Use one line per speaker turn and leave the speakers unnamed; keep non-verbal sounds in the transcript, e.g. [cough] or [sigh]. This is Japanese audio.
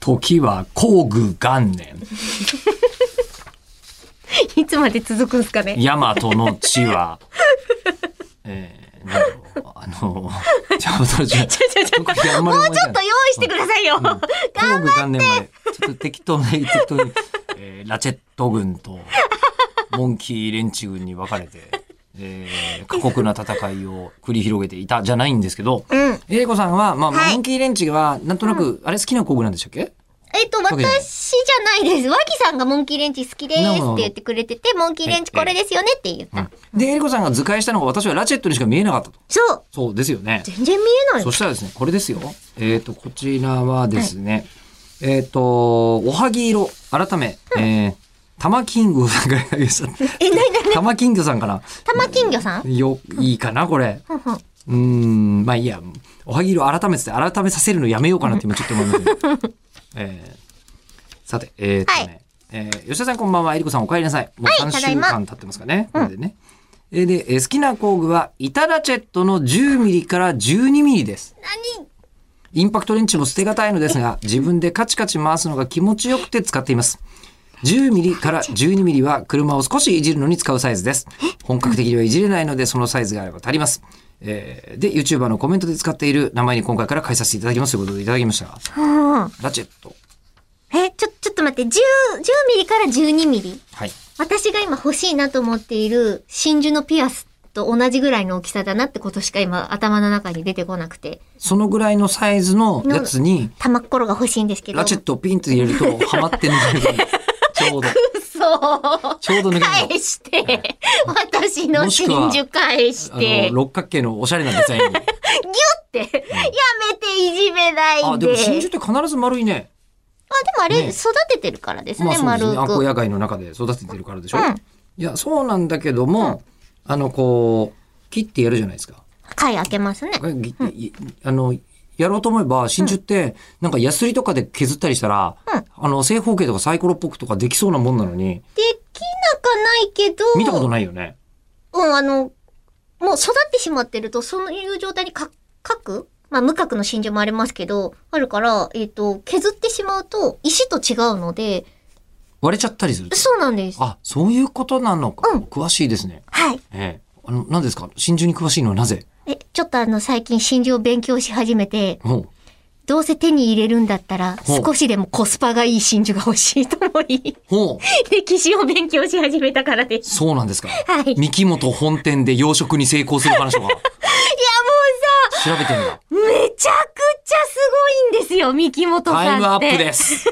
時は工具元年。
いつまで続くんですかね。
大和の地は、えーなんだろうあの、ちょっと、ちょっと、
ちょちょ
特にあんま
も
り
う
思い
ちょっと用意してくださいよ。
うん東軍元年までちょっと適当に、適当に、えーラチェット軍と、モンキー連中軍に分かれて、えー過酷な戦いを繰り広げていたじゃないんですけど、
うん。
英子さんは、まあ、
はい
モンキー連中は、なんとなく、あれ好きな工具なんでしたっけ
えっと、
特に
私じゃないです。和木さんがモンキーレンチ好きです
な
っ
る
て
ほど
言ってくれてて、モンキーレンチこれですよねって言った。
で、エリコさんが図解したのが私はラチェットにしか見えなかったと。
そう
そうですよね。
全然見えない
そ。したらですね、これですよ。えっ、と、こちらはですね、えっ、と、おはぎ色、改め、えー、玉金魚さんからいただきま
[laughs]
した。
え、なになに
玉金魚さんから、
玉金魚さん
よ、いいかな、こ
[laughs]
れ。
ふんふん
うーん、まあいいや、おはぎ色改めて、改めさせるのやめようかなって今ちょっと思い
[laughs]
ますね、えーさて、えーっとね、
はい
えー吉田さんこんばんは、えりこさんお帰りなさい。もう
はい
3
ただい
週
ま
間経ってますかね、これでね。えーで、えー好きな工具は、イタラチェットの10ミリから12ミリです。
何
インパクトレンチも捨てがたいのですが、自分でカチカチ回すのが気持ちよくて使っています。10ミリから12ミリは車を少しいじるのに使うサイズです。本格的にはいじれないので、そのサイズがあれば足ります。えーで、YouTuber のコメントで使っている名前に今回から変えさせていただきますということでいただきました。
うんうん
ラチェット。
え、ちょ、ちょっと待って、10、10ミリから12ミリ
はい。
私が今欲しいなと思っている真珠のピアスと同じぐらいの大きさだなってことしか今頭の中に出てこなくて。
そのぐらいのサイズのやつに、
玉っころが欲しいんですけど。
ラチェットをピンと入れると、ハマって抜ける。ちょうど、
[laughs] そう。
ちょうど抜けるの
返して、私の
もしくは
真珠返し。
あ
て、
の、六角形のおしゃれなデザインに。
って、やめていじめないで。あ、
あ、
で
で
も
も真珠って必ず丸いね。
あれ、
ね
育ててるからです
まあ
ね、
そうですね。
丸
あこう
く。
野外の中で育ててるからでしょ。
うん
いやそうなんだけども、あのこう切ってやるじゃないですか。
貝開けますね。
ぎいあのやろうと思えば真珠って、なんかヤスリとかで削ったりしたら、
うん
あの正方形とかサイコロっぽくとかできそうなもんなのに
できなかないけど、
見たことないよね。
うん、あの、もう育ってしまってると、そういう状態にか、核まあ、無核の真珠もありますけど、あるから、えっ、と、削ってしまうと、石と違うので、
割れちゃったりすると。
そうなんです。
あそういうことなのか。
うん
詳しいですね。
はい。
ええあの何ですか真珠に詳しいのはなぜ？
え、ちょっとあの、最近真珠を勉強し始めて、
ほう
どうせ手に入れるんだったら、
ほう
少しでもコスパがいい真珠が欲しいと思い、 [laughs]
ほう
歴史を勉強し始めたからです。
そうなんですか。
はい。
三木本本店で養殖に成功する話とか
いや
調べてんだ。
もうさ、めちゃくちゃすごいんですよ、三木本さんって。
タイムアップです。